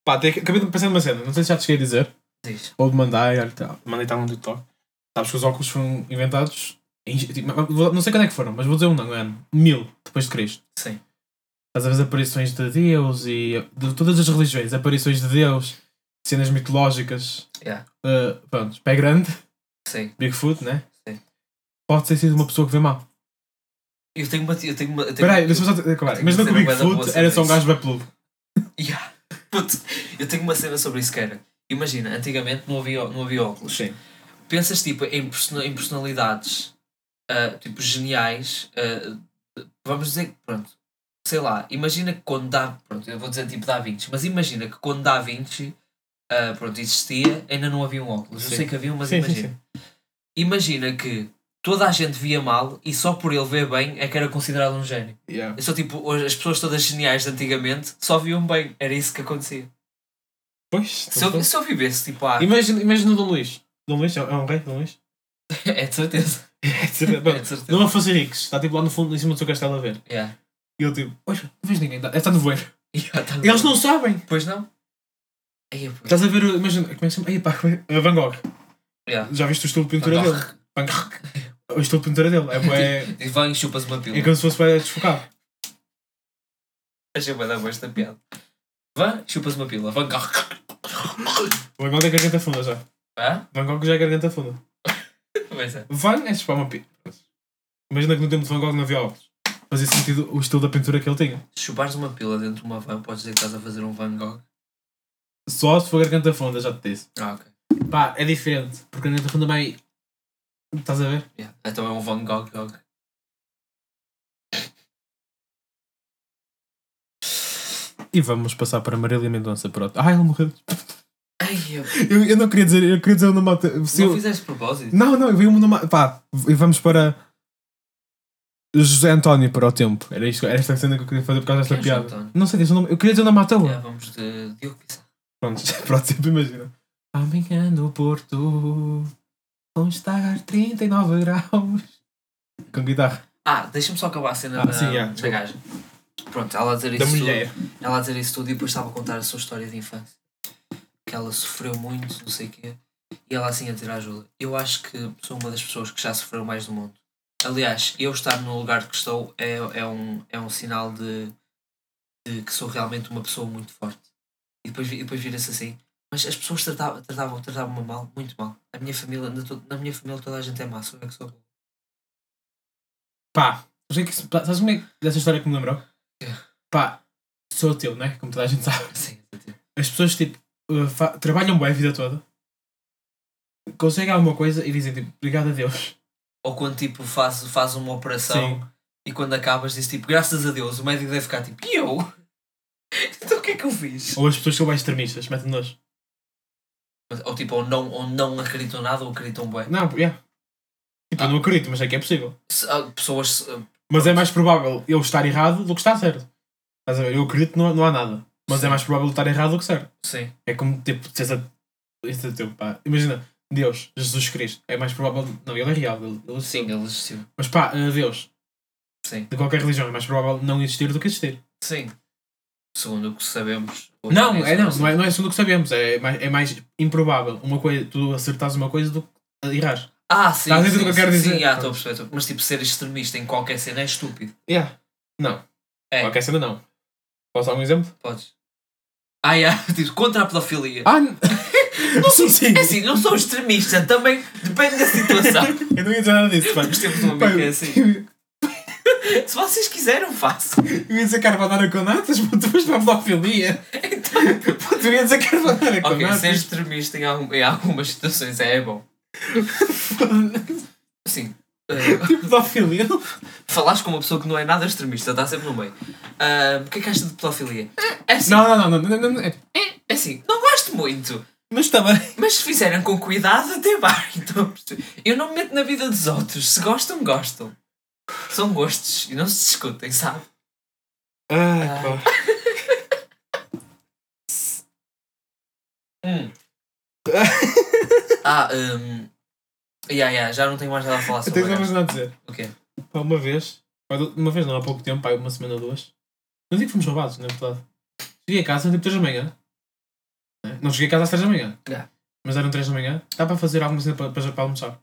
[SPEAKER 1] Pá, te, acabei de pensar numa cena, não sei se já te cheguei a dizer.
[SPEAKER 2] Diz.
[SPEAKER 1] ou de mandar, olha, tá, mandei tal um TikTok. Sabes que os óculos foram inventados em, tipo, vou- não sei quando é que foram, mas vou dizer um não, ano, mil depois de Cristo.
[SPEAKER 2] Sim.
[SPEAKER 1] Estás a ver as aparições de Deus e de todas as religiões, aparições de Deus, cenas mitológicas.
[SPEAKER 2] Yeah.
[SPEAKER 1] Uh, pronto, pé grande,
[SPEAKER 2] Sim.
[SPEAKER 1] Bigfoot, né?
[SPEAKER 2] Sim.
[SPEAKER 1] Pode ter sido uma pessoa que vê mal.
[SPEAKER 2] Eu tenho uma. Eu tenho uma eu tenho,
[SPEAKER 1] Espera aí, deixa-me só te- acabar.
[SPEAKER 2] tenho
[SPEAKER 1] Imagina
[SPEAKER 2] que
[SPEAKER 1] que o
[SPEAKER 2] dizer uma coisa é boa
[SPEAKER 1] Bigfoot
[SPEAKER 2] sobre
[SPEAKER 1] era só um
[SPEAKER 2] isso.
[SPEAKER 1] gajo bem peludo.
[SPEAKER 2] Yeah. Puto, eu tenho uma cena sobre isso que era. Imagina, antigamente não havia, não havia óculos.
[SPEAKER 1] Sim.
[SPEAKER 2] Pensas tipo em, persona- em personalidades ah, tipo geniais. ah, vamos dizer que, pronto, sei lá, imagina que quando dá. Pronto, eu vou dizer tipo Da Vinci, mas imagina que quando Da Vinci ah, pronto, existia, ainda não havia um óculos.
[SPEAKER 1] Sim.
[SPEAKER 2] Eu sei que havia, mas
[SPEAKER 1] Sim, sim,
[SPEAKER 2] imagina. Imagina que toda a gente via mal e só por ele ver bem é que era considerado um gênio.
[SPEAKER 1] Yeah.
[SPEAKER 2] Eu sou tipo, hoje as pessoas todas geniais de antigamente só viam bem, era isso que acontecia.
[SPEAKER 1] Pois, então.
[SPEAKER 2] Se eu, se eu vivesse tipo há.
[SPEAKER 1] imagina, imagina o Dom Luís. Dom Luís é é um rei, Dom Luís?
[SPEAKER 2] é de certeza.
[SPEAKER 1] É de certeza.
[SPEAKER 2] É de certeza.
[SPEAKER 1] Não a fazer ricos, está tipo lá no fundo, em cima do seu castelo a ver.
[SPEAKER 2] Yeah.
[SPEAKER 1] E eu tipo, poxa, não vejo ninguém, está no voeiro.
[SPEAKER 2] Yeah, tá
[SPEAKER 1] Eles não sabem.
[SPEAKER 2] Pois não? Aí é por-
[SPEAKER 1] Estás a ver, o- imagina, como é que se chama? Aí, pá, como é- uh, Van Gogh.
[SPEAKER 2] Yeah. Tá
[SPEAKER 1] Já viste o estilo de pintura
[SPEAKER 2] Van
[SPEAKER 1] dele? Van Gogh. O estilo de pintura dele. É, bué-
[SPEAKER 2] E vão e chupas uma
[SPEAKER 1] é, é
[SPEAKER 2] pílula.
[SPEAKER 1] como se fosse para desfocar.
[SPEAKER 2] Achei bem da boa esta piada. Vã, chupas uma pílula. Vão cá.
[SPEAKER 1] O Van Gogh é garganta funda já.
[SPEAKER 2] Hã?
[SPEAKER 1] Van Gogh já é garganta funda.
[SPEAKER 2] Pois é.
[SPEAKER 1] Van é chupar uma pi. Imagina que no tempo de Van Gogh não havia óculos. Fazia sentido o estilo da pintura que ele tinha.
[SPEAKER 2] Se chupares uma pílula dentro de uma van, podes dizer que estás a fazer um Van Gogh.
[SPEAKER 1] Só se for garganta funda, já te disse.
[SPEAKER 2] Ah, ok.
[SPEAKER 1] Pá, é diferente. Porque a garganta funda vai. Estás a ver?
[SPEAKER 2] Yeah. Então é um Van Gogh. Gogh.
[SPEAKER 1] E vamos passar para Marília Mendonça. Pronto. Ah, ele morreu.
[SPEAKER 2] Ai, é eu...
[SPEAKER 1] Eu, eu não queria dizer, eu queria dizer o nome. até- se
[SPEAKER 2] não
[SPEAKER 1] eu-
[SPEAKER 2] fizeste propósito?
[SPEAKER 1] Não, não, eu vi o nome. Pá, e vamos para. José António para o tempo. Era, isto, era esta cena que eu queria fazer por causa desta
[SPEAKER 2] Quem é José
[SPEAKER 1] piada.
[SPEAKER 2] António?
[SPEAKER 1] não sei, diz o nome. Eu queria dizer o nome à toa.
[SPEAKER 2] Yeah, vamos de Diogo Pissarro.
[SPEAKER 1] Pronto, para o tempo, imagina. Amanhã no Porto vão estar 39 graus. Com guitarra.
[SPEAKER 2] Ah, deixa-me só acabar a cena
[SPEAKER 1] Ah,
[SPEAKER 2] da,
[SPEAKER 1] sim, yeah,
[SPEAKER 2] da
[SPEAKER 1] desculpa.
[SPEAKER 2] gaja. Pronto, ela a dizer
[SPEAKER 1] Da
[SPEAKER 2] isso tudo.
[SPEAKER 1] mulher.
[SPEAKER 2] ela a dizer isso tudo e depois estava a contar a sua história de infância. Que ela sofreu muito, não sei o quê. E ela assim a ter ajuda. Eu acho que sou uma das pessoas que já sofreu mais do mundo. Aliás, eu estar no lugar que estou é, é, um, é um sinal de, de que sou realmente uma pessoa muito forte. E depois, vi- e depois vira-se assim. Mas as pessoas tratavam- tratavam- tratavam-me mal, muito mal. A minha família, na, to- na minha família toda a gente é má, sou eu que sou bom.
[SPEAKER 1] Pá, Mas é que isso- pá, Sabes como é que dessa história que me lembrou?
[SPEAKER 2] É.
[SPEAKER 1] Pá, sou ateu, né? Como toda a gente sabe.
[SPEAKER 2] Sim, sim.
[SPEAKER 1] As pessoas, tipo, uh, fa- trabalham bem a vida toda, conseguem alguma coisa e dizem, tipo, obrigado a Deus.
[SPEAKER 2] Ou quando tipo faz, faz uma operação e quando acabas diz tipo, graças a Deus, o médico deve ficar tipo, e eu? então o que é que eu fiz?
[SPEAKER 1] Ou as pessoas são bem extremistas, metem nos
[SPEAKER 2] Mas- Ou tipo, ou não, ou não acreditam nada ou acreditam bem.
[SPEAKER 1] Não, yeah. Tipo, eu não acredito, mas é que é possível.
[SPEAKER 2] Se- há pessoas ah, se-
[SPEAKER 1] Mas é mais provável eu estar errado do que estar certo. Estás a ver? Eu acredito que não, não há nada. Mas é mais provável eu estar errado do que certo.
[SPEAKER 2] sim,
[SPEAKER 1] É como, tipo, se esse teu pá. Imagina, Deus, Jesus Cristo. É mais provável. Não, ele é real. Ele, ele
[SPEAKER 2] sim,
[SPEAKER 1] existiu.
[SPEAKER 2] ele existiu.
[SPEAKER 1] Mas pá, eh, Deus,
[SPEAKER 2] Sim,
[SPEAKER 1] de qualquer religião, é mais provável não existir do que existir.
[SPEAKER 2] sim. Segundo o que sabemos.
[SPEAKER 1] Não, é não. Não é, não é segundo o que sabemos. É mais, é mais improvável uma coisa, tu acertares uma coisa do que errar.
[SPEAKER 2] Ah, sim.
[SPEAKER 1] Estás a
[SPEAKER 2] sim,
[SPEAKER 1] ver o que eu quero
[SPEAKER 2] sim,
[SPEAKER 1] dizer?
[SPEAKER 2] Sim, ah, estou a perceber. estou a perceber. Mas tipo, ser extremista em qualquer cena é estúpido.
[SPEAKER 1] Yeah. Não.
[SPEAKER 2] É.
[SPEAKER 1] Qualquer cena não. Posso dar um exemplo?
[SPEAKER 2] Podes. Ah, yeah. diz contra a pedofilia.
[SPEAKER 1] Ah! n- não sou sim!
[SPEAKER 2] É assim, não sou extremista, também depende da situação.
[SPEAKER 1] Eu não ia dizer nada disso, pá.
[SPEAKER 2] Mas temos um amigo que é assim. Se vocês quiserem, faço.
[SPEAKER 1] Eu ia dizer carbonara com natas, mas tu foste para a pedofilia. Então... Tu ia dizer carbonara com
[SPEAKER 2] Ok, ser
[SPEAKER 1] natas.
[SPEAKER 2] extremista em, algum- em algumas situações é bom. Sim. eh,
[SPEAKER 1] Tipo pedofilia.
[SPEAKER 2] falares com uma pessoa que não é nada extremista, está sempre no meio. Ah, o que é que achas de pedofilia? É assim,
[SPEAKER 1] Não, não, não, não, não, não, não. é-
[SPEAKER 2] é assim, não gosto muito.
[SPEAKER 1] Mas também.
[SPEAKER 2] Mas se fizerem com cuidado, até vai. Então, eu não me meto na vida dos outros. Se gostam, gostam. São gostos e não se discutem, sabe?
[SPEAKER 1] Ai,
[SPEAKER 2] Ah.
[SPEAKER 1] pá.
[SPEAKER 2] Hum. ah, hum. Yeah, yeah, já não tenho mais nada a falar
[SPEAKER 1] Eu
[SPEAKER 2] sobre
[SPEAKER 1] tenho só
[SPEAKER 2] isso.
[SPEAKER 1] mais nada a dizer.
[SPEAKER 2] O quê?
[SPEAKER 1] Pá, uma vez. pá, Uma vez não, há pouco tempo, pá, uma semana ou duas. Não digo que fomos roubados, na verdade. Cheguei a casa, tipo 3 da manhã. Né? Não cheguei a casa às 3 da manhã.
[SPEAKER 2] Já.
[SPEAKER 1] Mas eram 3 da manhã. Dá para fazer alguma coisa para, para, para almoçar.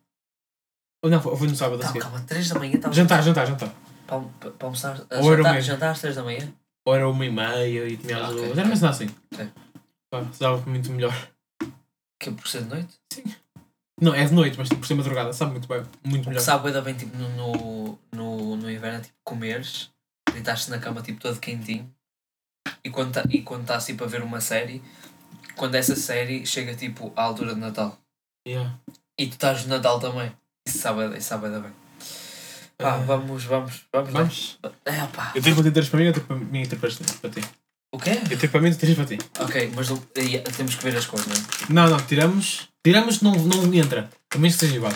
[SPEAKER 1] Ou não, foi foi no sábado a
[SPEAKER 2] Calma,
[SPEAKER 1] seguir.
[SPEAKER 2] Tá, calma, 3 da manhã estava.
[SPEAKER 1] Jantar, jantar, jantar.
[SPEAKER 2] Para, para, para almoçar. ah,
[SPEAKER 1] Ou era
[SPEAKER 2] jantar,
[SPEAKER 1] uma-
[SPEAKER 2] jantar às 3 da manhã?
[SPEAKER 1] ou era uma e meia e tinha
[SPEAKER 2] Ah,
[SPEAKER 1] as
[SPEAKER 2] ok,
[SPEAKER 1] duas.
[SPEAKER 2] ok. É.
[SPEAKER 1] Era mais nada assim.
[SPEAKER 2] Ok.
[SPEAKER 1] Pá, dava muito melhor.
[SPEAKER 2] Que é por ser de noite?
[SPEAKER 1] Não, é de noite, mas tipo, por ser madrugada, sabe muito bem. Muito
[SPEAKER 2] O que
[SPEAKER 1] melhor.
[SPEAKER 2] sabe ainda bem, tipo, no, no, no, no inverno, é, tipo, comeres, deitar-te na cama, tipo, todo quentinho. E quando tá- e quando estás, tipo, a ver uma série, quando essa série chega, tipo, à altura de Natal.
[SPEAKER 1] Yeah.
[SPEAKER 2] E tu estás no Natal também. Isso sabe, isso sabe ainda bem. Pá,
[SPEAKER 1] Ah.
[SPEAKER 2] vamos, vamos, vamos. lá.
[SPEAKER 1] Vamos?
[SPEAKER 2] É, pá.
[SPEAKER 1] Eu tenho para ti três para mim, eu tenho para mim e três para ti- para ti.
[SPEAKER 2] O quê?
[SPEAKER 1] Eu tenho para mim e três para ti.
[SPEAKER 2] Ok, mas não- aí, temos que ver as coisas, não é?
[SPEAKER 1] Não, não, tiramos. Tiramos, não, não entra. A menos que seja igual.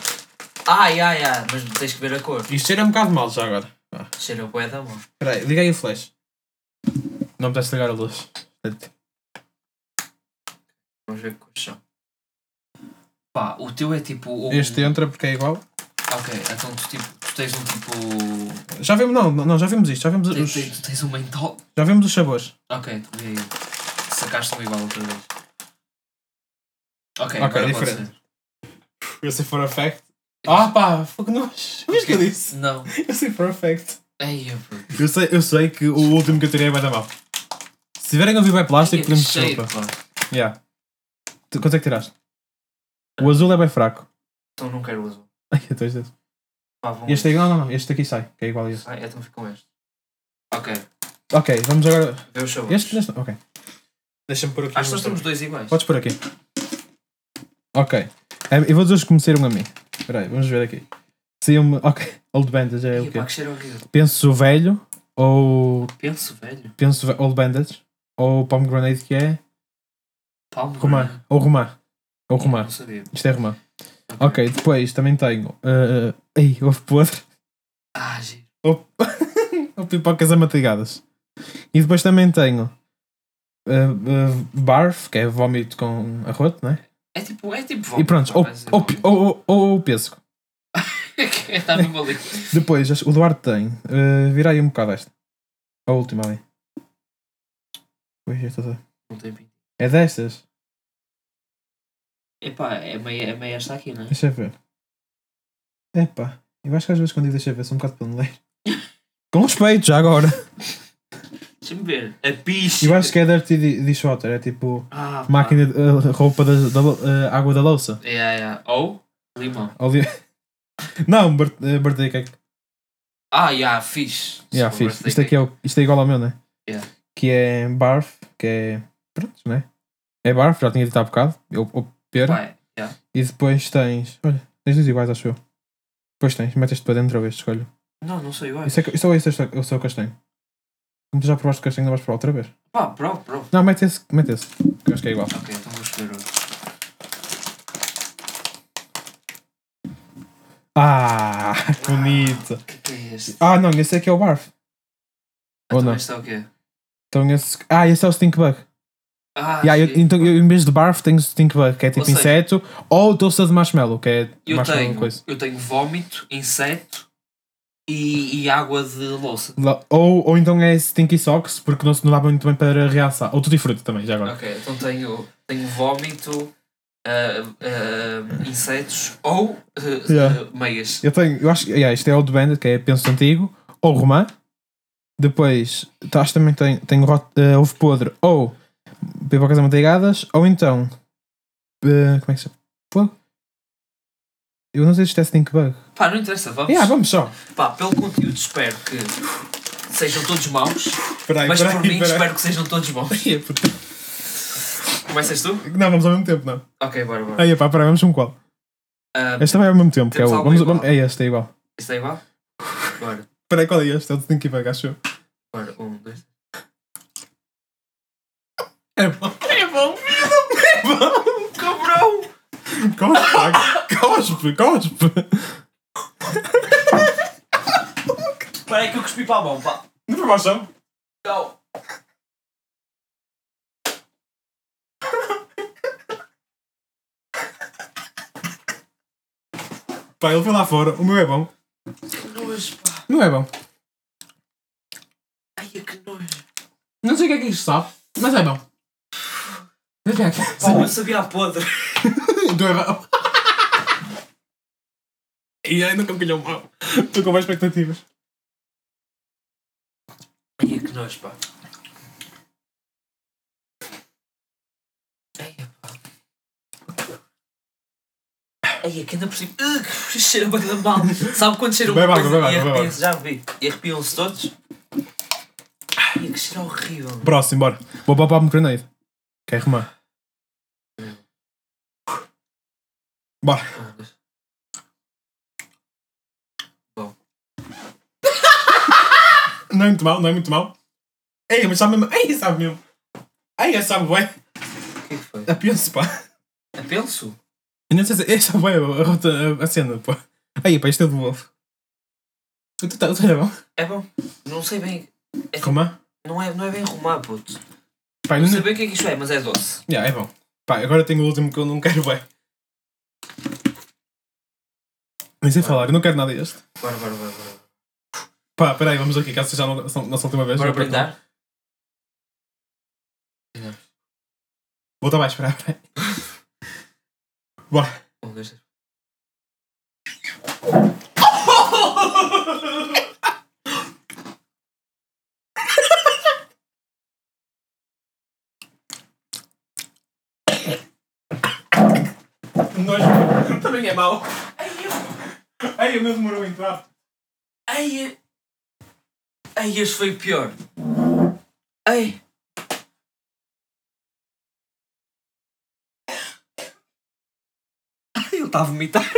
[SPEAKER 2] Ai, ai, ai, Ah, mas tens que ver a cor.
[SPEAKER 1] Isto cheira um bocado mal já agora. Ah.
[SPEAKER 2] Cheira o da mão.
[SPEAKER 1] Espera aí, liga aí o flash. Não me estás a estragar a luz.
[SPEAKER 2] Vamos ver que cores são. Pá, o teu é tipo. Um...
[SPEAKER 1] Este entra porque é igual.
[SPEAKER 2] Ok, então tu, tipo, tu tens um tipo.
[SPEAKER 1] Já vimos, não, não, não, já vimos isto, já vimos,
[SPEAKER 2] Tens,
[SPEAKER 1] os,
[SPEAKER 2] tens, tu tens um mentol.
[SPEAKER 1] já vimos os sabores.
[SPEAKER 2] Ok, tu vê aí. Sacaste um igual outra vez. Ok,
[SPEAKER 1] Ok,
[SPEAKER 2] agora
[SPEAKER 1] diferente.
[SPEAKER 2] pode ser.
[SPEAKER 1] Eu sei for a fact. Ah pá, fogo nós. Vês que eu disse?
[SPEAKER 2] Não.
[SPEAKER 1] Eu sei for a fact.
[SPEAKER 2] Ei, eu puto.
[SPEAKER 1] Eu sei, eu sei que o último que eu tirei é vai dar mal. Se tiverem a ouvir bem plástico,
[SPEAKER 2] Que
[SPEAKER 1] podemos
[SPEAKER 2] é cheiro,
[SPEAKER 1] desculpa.
[SPEAKER 2] pá.
[SPEAKER 1] Yeah. Tu, quanto é que tiraste? O azul é bem fraco.
[SPEAKER 2] Então não quero o azul.
[SPEAKER 1] Ai, eu tô a dizer.
[SPEAKER 2] Pá, vamos.
[SPEAKER 1] Este é igual, não, não, este aqui sai, que é igual a esse.
[SPEAKER 2] Ah, então fica com este. Ok,
[SPEAKER 1] Ok, vamos agora.
[SPEAKER 2] vê os sabores.
[SPEAKER 1] Este, é este, ok. Deixa-me pôr aqui.
[SPEAKER 2] Acho que nós temos dois iguais.
[SPEAKER 1] Podes pôr aqui. Ok. Em- Eu vou dizer os que começaram a mim. Espera aí, vamos ver aqui. Se me Ok, Old Bandage é
[SPEAKER 2] Ih,
[SPEAKER 1] o quê?
[SPEAKER 2] pá, que cheiro horrível.
[SPEAKER 1] Penso velho ou.
[SPEAKER 2] Penso, velho.
[SPEAKER 1] Penso ve- Old Bandage ou Pomegranate que é.
[SPEAKER 2] Palmo.
[SPEAKER 1] Romã. Ou Romã. Ou Romã.
[SPEAKER 2] Não sabia.
[SPEAKER 1] Isto é romã. Ok, depois também tenho. Uh, ei, ovo podre.
[SPEAKER 2] Ah, giro.
[SPEAKER 1] Ou pipocas amatigadas. E depois também tenho. ah, ah, barf, que é vómito com arroto, né?
[SPEAKER 2] É tipo, é tipo
[SPEAKER 1] E pronto, ou, ou, pi- ou, ou, ou pêssego.
[SPEAKER 2] Está é, tá mesmo ali.
[SPEAKER 1] Depois, acho- o Duarte tem. ah, vira aí um bocado esta. A última ali. Ui, esta tá-
[SPEAKER 2] Não tem pinto.
[SPEAKER 1] É destas?
[SPEAKER 2] Epá, é meia, é meia esta aqui, não é?
[SPEAKER 1] Deixa eu ver. Epá, eu acho que às vezes quando digo deixa eu ver, sou um bocado paneleiro. Com respeito, já agora.
[SPEAKER 2] Deixa-me ver. A piche.
[SPEAKER 1] Eu acho que é Dirty Di- Dishwater, é tipo
[SPEAKER 2] Ah, pá.
[SPEAKER 1] máquina de eh, roupa da, da lou- eh, água da louça.
[SPEAKER 2] É, é, é. Ou limão.
[SPEAKER 1] Ou li- Não, birth- eh, birthday cake.
[SPEAKER 2] Ah, yeah, fixe.
[SPEAKER 1] Yeah,
[SPEAKER 2] Desculpa,
[SPEAKER 1] fixe.
[SPEAKER 2] sei
[SPEAKER 1] Isto,
[SPEAKER 2] que-
[SPEAKER 1] aqui é, o- isto é igual ao meu, né?
[SPEAKER 2] Yeah.
[SPEAKER 1] Que é barf, que é. Pronto, né? É barf, já tinha dito há bocado. Ou, ou pera.
[SPEAKER 2] Pá, yeah.
[SPEAKER 1] E depois tens. Olha, tens dois iguais, acho eu. Depois tens, metes-te para dentro outra vez, escolho.
[SPEAKER 2] Não, não sei igual.
[SPEAKER 1] Isso é, que- só esse é o- é o seu castanho. Como tu já provaste o castanho, não vais provar outra vez.
[SPEAKER 2] Pá, prova, prova.
[SPEAKER 1] Não, mete esse, mete esse. Que eu acho que é igual.
[SPEAKER 2] Ah, Ok, então vou escolher outro.
[SPEAKER 1] Ah, que bonito.
[SPEAKER 2] O que é que é este?
[SPEAKER 1] Ah, não, esse aqui é o barf. Ou
[SPEAKER 2] então
[SPEAKER 1] não.
[SPEAKER 2] este é o quê?
[SPEAKER 1] Então esse. Ah, esse é o stinkbug.
[SPEAKER 2] Ah,
[SPEAKER 1] Yeah, eu-
[SPEAKER 2] sim.
[SPEAKER 1] então eu, em vez de barf tenho stinkbug, que é tipo
[SPEAKER 2] Ou seja-
[SPEAKER 1] inseto, ou doce de marshmallow, que é
[SPEAKER 2] eu
[SPEAKER 1] marshmallow
[SPEAKER 2] tenho,
[SPEAKER 1] coisa.
[SPEAKER 2] eu tenho vómito, inseto e, e água de louça.
[SPEAKER 1] Lá- Ou, ou então é stinky socks, porque não, se- não dá muito bem para realçar. Ou tutti frutti também, já agora.
[SPEAKER 2] Ok, então tenho, tenho vómito, ah, ah, insetos ou ah,
[SPEAKER 1] Yeah.
[SPEAKER 2] ah, meias.
[SPEAKER 1] Eu tenho, eu acho que yeah, isto é Old Bandit, que é Penso Antigo, ou Romã. Depois, tá, acho que também tenho, tenho rot- eh, Ovo Podre, ou Pipocas Amanteigadas, ou então. eh, como é que se chama? Fogo? Eu não sei se isto é Stink Bug.
[SPEAKER 2] Pá, não interessa, vamos.
[SPEAKER 1] Yeah, vamos só.
[SPEAKER 2] Pá, pelo conteúdo espero que sejam todos maus,
[SPEAKER 1] Peraí,
[SPEAKER 2] mas por mim espero que sejam todos bons. Começas tu?
[SPEAKER 1] Não, vamos ao mesmo tempo, não.
[SPEAKER 2] Ok, bora, bora.
[SPEAKER 1] Aí, pá, peraí, vamos um qual.
[SPEAKER 2] Ah,
[SPEAKER 1] Este também é ao mesmo tempo, que é o.
[SPEAKER 2] Temos algo
[SPEAKER 1] Vamos,
[SPEAKER 2] igual.
[SPEAKER 1] vamos- é este, é igual.
[SPEAKER 2] isto é igual? Bora,
[SPEAKER 1] Peraí, qual é este? É o de Stink Bug, acho eu.
[SPEAKER 2] bora, um, dois.
[SPEAKER 1] É bom.
[SPEAKER 2] É bom, é bom, cabrão!
[SPEAKER 1] Cospe, pá. cospe, cospe.
[SPEAKER 2] Espera aí que eu cuspi para a mão, pá.
[SPEAKER 1] Não foi baixão?
[SPEAKER 2] Tchau.
[SPEAKER 1] Pá, ele foi lá fora. O meu é bom.
[SPEAKER 2] Que nojo, pá.
[SPEAKER 1] Não é bom.
[SPEAKER 2] Ai, que nojo.
[SPEAKER 1] Não sei o que é que isto sabe, mas é bom. Mas é
[SPEAKER 2] Pá, eu sabia a podre.
[SPEAKER 1] Não é bom. E ainda com calhão mau. Estou com boas expectativas.
[SPEAKER 2] Ai, que nojo, pá. Ai, pá. Ai, que ainda por cima. Ugh, que cheira bem da mal. Sabe quando cheira uma
[SPEAKER 1] Bebe água,
[SPEAKER 2] coisa e
[SPEAKER 1] bebe água, bebe
[SPEAKER 2] arrepiam-se? Já vi. E arrepiam-se todos. Ai, que cheiro horrível. meu.
[SPEAKER 1] Próximo, bora. Vou para o Palm Grenade. Que é romã. Bora. Não é muito mal, não é muito mal. Ei, mas sabe mesmo. Ei, sabe mesmo. Ei, é sabe bem.
[SPEAKER 2] O que é que foi? É
[SPEAKER 1] Apenso, pá.
[SPEAKER 2] Apelso?
[SPEAKER 1] Eu não sei se. Ei, sabe bem a, rota- a, a cena, pá. Ei, pá, isto é do Wolf. Tu tá, tu é bom.
[SPEAKER 2] É bom. Não sei bem. É tipo,
[SPEAKER 1] Romã?
[SPEAKER 2] não, é, não é bem arrumar, puto.
[SPEAKER 1] Pá, eu
[SPEAKER 2] Não
[SPEAKER 1] não,
[SPEAKER 2] sei bem o que é que isto é, mas é doce.
[SPEAKER 1] Yeah, é bom. Pá, agora tenho o último que eu não quero bem. Nem sei falar, eu não quero nada este.
[SPEAKER 2] Bora, bora, bora. Bora,
[SPEAKER 1] Pá, peraí, vamos aqui, caso seja a no- nossa última vez.
[SPEAKER 2] bora
[SPEAKER 1] Vou para-
[SPEAKER 2] brindar?
[SPEAKER 1] Vou estar baixo, peraí, peraí. Bora.
[SPEAKER 2] Um, dois, três.
[SPEAKER 1] Nojo. Também é mau. Ai, o meu demorou a entrar.
[SPEAKER 2] Ai, eu- ai, este foi o pior. Ai. Ai, ele
[SPEAKER 1] tá
[SPEAKER 2] está a vomitar.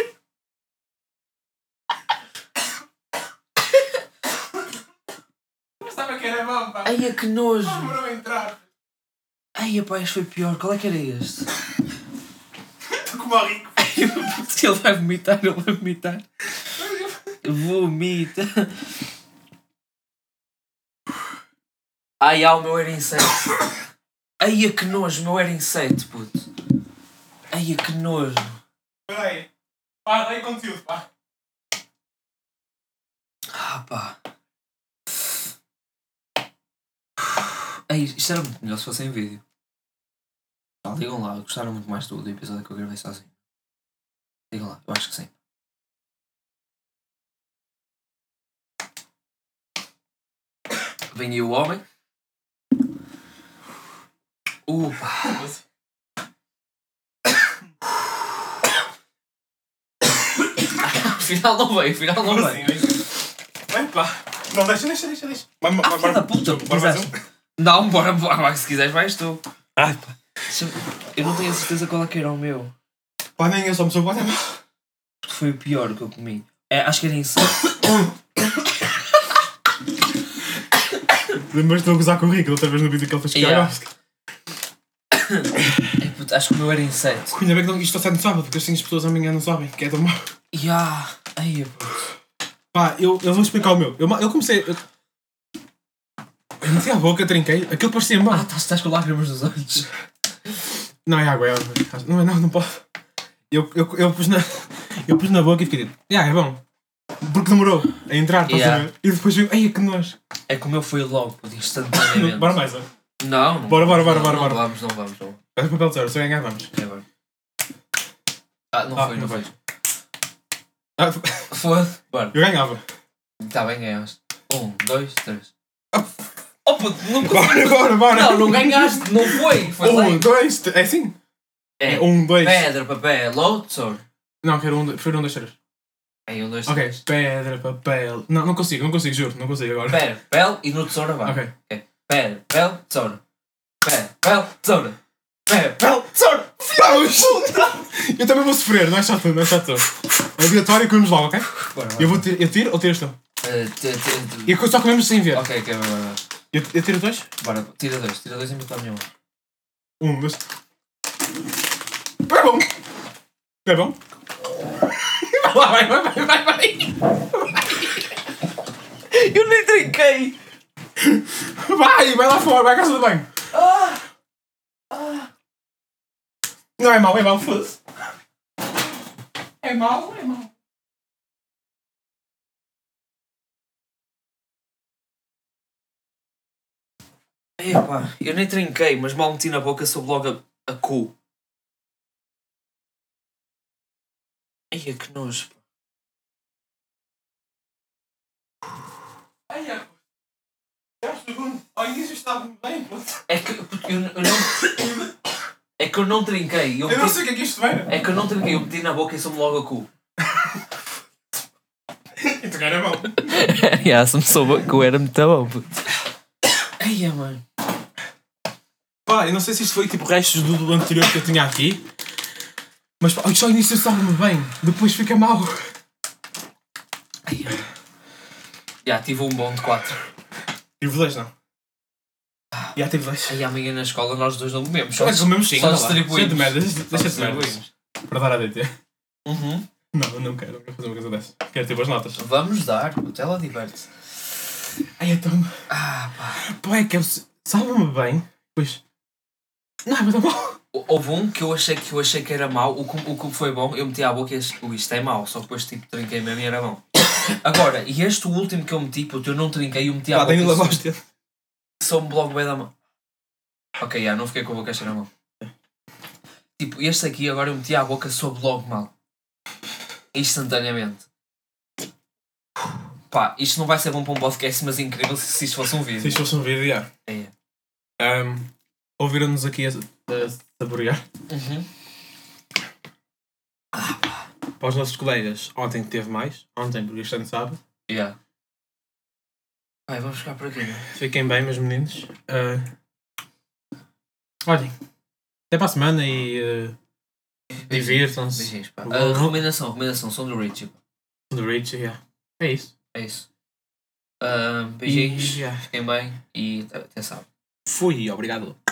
[SPEAKER 1] Pensava que era bom, pá.
[SPEAKER 2] Ai, é que nojo.
[SPEAKER 1] Demorou a entrar.
[SPEAKER 2] Ai, pá, este foi pior. Qual é que era este?
[SPEAKER 1] Estou como ao rico.
[SPEAKER 2] Se ele vai vomitar, ele vai vomitar. Vomita. Ai, ah, o meu era inseto. Ai, a que nojo, o meu era inseto, puto. Ai, a que nojo.
[SPEAKER 1] Peraí. Pá, dá aí conteúdo, pá.
[SPEAKER 2] Ah, pá. Ai, É isto era muito melhor se fosse em vídeo. Pá, ligam lá, gostaram muito mais do, do episódio que eu gravei sozinho. Ligam lá, eu acho que sim. Vem aí o homem. Opa! Afinal não veio, afinal não veio.
[SPEAKER 1] Vai
[SPEAKER 3] Epá.
[SPEAKER 1] Não, deixa, deixa, deixa, deixa.
[SPEAKER 3] Mas, mas,
[SPEAKER 2] Ah, filha da puta,
[SPEAKER 3] bora mais um.
[SPEAKER 2] Não, bora, bora, vai, se quiseres vais tu.
[SPEAKER 3] Ai, pá.
[SPEAKER 2] Se- Eu não tenho a certeza qual é que era o meu.
[SPEAKER 3] Pá, nem eu só me sou guarda.
[SPEAKER 2] que Foi o pior que eu comi. É, acho que era inseto.
[SPEAKER 3] Lembras-te de eu gozar com o Rico outra vez no vídeo que ele fez
[SPEAKER 2] Yeah.
[SPEAKER 3] yeah.
[SPEAKER 2] É, puto, acho que o meu era inseto.
[SPEAKER 1] Ainda bem que não, isto está sendo sábado, porque assim as pessoas amanhã não sabem que é tão mau.
[SPEAKER 2] Ya. Ai, puto.
[SPEAKER 1] Pá, eu, eu vou explicar o meu. Eu, ma- eu comecei. Eu, eu meti a boca, trinquei. Aquilo parecia
[SPEAKER 2] Ah,
[SPEAKER 1] mal.
[SPEAKER 2] estás, estás com lágrimas nos olhos.
[SPEAKER 1] Não, é água, é água. Não, é- não, não pode. Eu, eu, eu, pus na, eu pus na boca e fiquei tipo, yeah, é bom. Porque demorou a entrar, estás
[SPEAKER 2] Yeah.
[SPEAKER 1] a ver? E depois veio, ai que nós.
[SPEAKER 2] É que o meu foi logo, puto, instantaneamente.
[SPEAKER 1] Bora mais, ó.
[SPEAKER 2] Não, não.
[SPEAKER 1] Bora, bora, bora,
[SPEAKER 2] não,
[SPEAKER 1] bora,
[SPEAKER 2] não
[SPEAKER 1] bora.
[SPEAKER 2] vamos, não vamos, não.
[SPEAKER 1] Faz o papel de tesouro, se eu ganhar, vamos.
[SPEAKER 2] Ok, bora. Ah, não
[SPEAKER 1] Ah,
[SPEAKER 2] foi,
[SPEAKER 1] não
[SPEAKER 2] não foi.
[SPEAKER 1] Ah,
[SPEAKER 2] Foda-se. Bora.
[SPEAKER 1] Eu ganhava.
[SPEAKER 2] Tá bem, ganhaste. Um, dois, três. Oh, puto, não
[SPEAKER 1] Bora, bora, bora.
[SPEAKER 2] Não, não ganhaste, não foi. Foi lá.
[SPEAKER 1] Um, dois, três. É assim?
[SPEAKER 2] É.
[SPEAKER 1] Um, dois.
[SPEAKER 2] Pedra, papel, load,
[SPEAKER 1] Não, quero um, dois- prefiro um, dois, três.
[SPEAKER 2] Em um, dois,
[SPEAKER 1] Ok,
[SPEAKER 2] três.
[SPEAKER 1] pedra, papel. Não, não consigo, não consigo, juro, não consigo agora.
[SPEAKER 2] Pedra, papel e no tesouro vai.
[SPEAKER 1] Ok.
[SPEAKER 2] Pedra, papel, tesoura. Pedra, papel, tesoura. Pedra, papel, tesoura. Vamos!
[SPEAKER 1] Eu também vou sofrer, não é chato, não é chato. Obrigatório e comemos logo, ok?
[SPEAKER 2] Bora, bora.
[SPEAKER 1] Eu vou tirar, eu tiro ou tiras tu?
[SPEAKER 2] Eh, te- te- te-
[SPEAKER 1] E só comemos sem ver.
[SPEAKER 2] Ok, ok, bora, bora.
[SPEAKER 1] Eu, eu tiro dois?
[SPEAKER 2] Bora, tira dois, tira dois e metade nenhuma.
[SPEAKER 1] Um, dois. É bom! É bom? Vai lá, vai, vai, vai, vai, vai!
[SPEAKER 2] Eu nem trinquei!
[SPEAKER 1] Vai, vai lá fora, vai à casa do banho! Não é mau, é mau, foda-se. É mau, é mau.
[SPEAKER 2] Epá, eu nem trinquei, mas mal meti na boca soube logo a, a cu. Eia, é que nojo.
[SPEAKER 1] Ai, é. É o segundo. Ao início estava bem, foda-se.
[SPEAKER 2] É que porque eu, eu não. É que eu não trinquei. Eu
[SPEAKER 1] Eu não
[SPEAKER 2] meti-
[SPEAKER 1] sei o que é que isto era.
[SPEAKER 2] é que eu não trinquei, eu meti na boca e soube logo a cu.
[SPEAKER 1] Então era mau.
[SPEAKER 4] yeah, se me soube que eu era muito bom. puto.
[SPEAKER 2] Eia, é, mano.
[SPEAKER 1] Pá, eu não sei se isto foi tipo restos do, do anterior que eu tinha aqui. Mas pá, só ao início sabe-me bem, depois fica mal.
[SPEAKER 2] Eia. Já tive um bom de quatro.
[SPEAKER 1] Tive dois, não? Ah. Já tive dois.
[SPEAKER 2] Aí amanhã na escola nós dois não comemos. Só,
[SPEAKER 1] Mas comemos sim,
[SPEAKER 2] só
[SPEAKER 1] anda lá. Deixa
[SPEAKER 2] distribuímos.
[SPEAKER 1] de merda, deixa
[SPEAKER 2] Só
[SPEAKER 1] deixa de merda.
[SPEAKER 2] distribuímos.
[SPEAKER 1] Para dar a DT.
[SPEAKER 2] Uhum.
[SPEAKER 1] Não, eu não quero, não quero fazer uma coisa dessa. Quero ter boas notas.
[SPEAKER 2] Vamos dar, puto, ela diverte-se.
[SPEAKER 1] Ai, então.
[SPEAKER 2] Ah, pá.
[SPEAKER 1] Pô, é que eu. se- Sabe-me bem, pois. Não, mas tá bom.
[SPEAKER 2] Hou- Houve um que eu achei que, eu achei que era mau, o que, o que foi bom, eu meti à boca e achei, "Ui, isto é mau, só que depois tipo trinquei mesmo e era bom. Agora, e este último que eu meti, puto, eu não trinquei, eu meti à
[SPEAKER 1] Pá,
[SPEAKER 2] boca
[SPEAKER 1] tenho
[SPEAKER 2] e
[SPEAKER 1] de lavar os dedos.
[SPEAKER 2] soube logo bem um da mão. Ok, já, não fiquei com a boca cheia na mão. Tipo, este aqui agora eu meti à boca, soube logo mal. Instantaneamente. Pá, isto não vai ser bom para um podcast, mas é incrível se, se isto fosse um
[SPEAKER 1] Se
[SPEAKER 2] vídeo.
[SPEAKER 1] isto fosse um vídeo, já.
[SPEAKER 2] É.
[SPEAKER 1] Ahm, Ouviram-nos aqui a, a saborear.
[SPEAKER 2] Uhum.
[SPEAKER 1] para os nossos colegas, ontem teve mais, ontem, porque este ano sabe.
[SPEAKER 2] Yeah. Vai, vamos ficar por aqui. né?
[SPEAKER 1] Fiquem bem, meus meninos. Ah, olhem, até para a semana e ah, divirtam-se.
[SPEAKER 2] Beijinhos, pá.
[SPEAKER 1] Vou-
[SPEAKER 2] Ah, recomendação, recomendação, som do Richie. pá.
[SPEAKER 1] Do Rich, yeah. É isso.
[SPEAKER 2] É isso. Ah,
[SPEAKER 1] E,
[SPEAKER 2] beijinhos,
[SPEAKER 1] yeah.
[SPEAKER 2] fiquem bem e até sábado.
[SPEAKER 1] Fui, obrigado.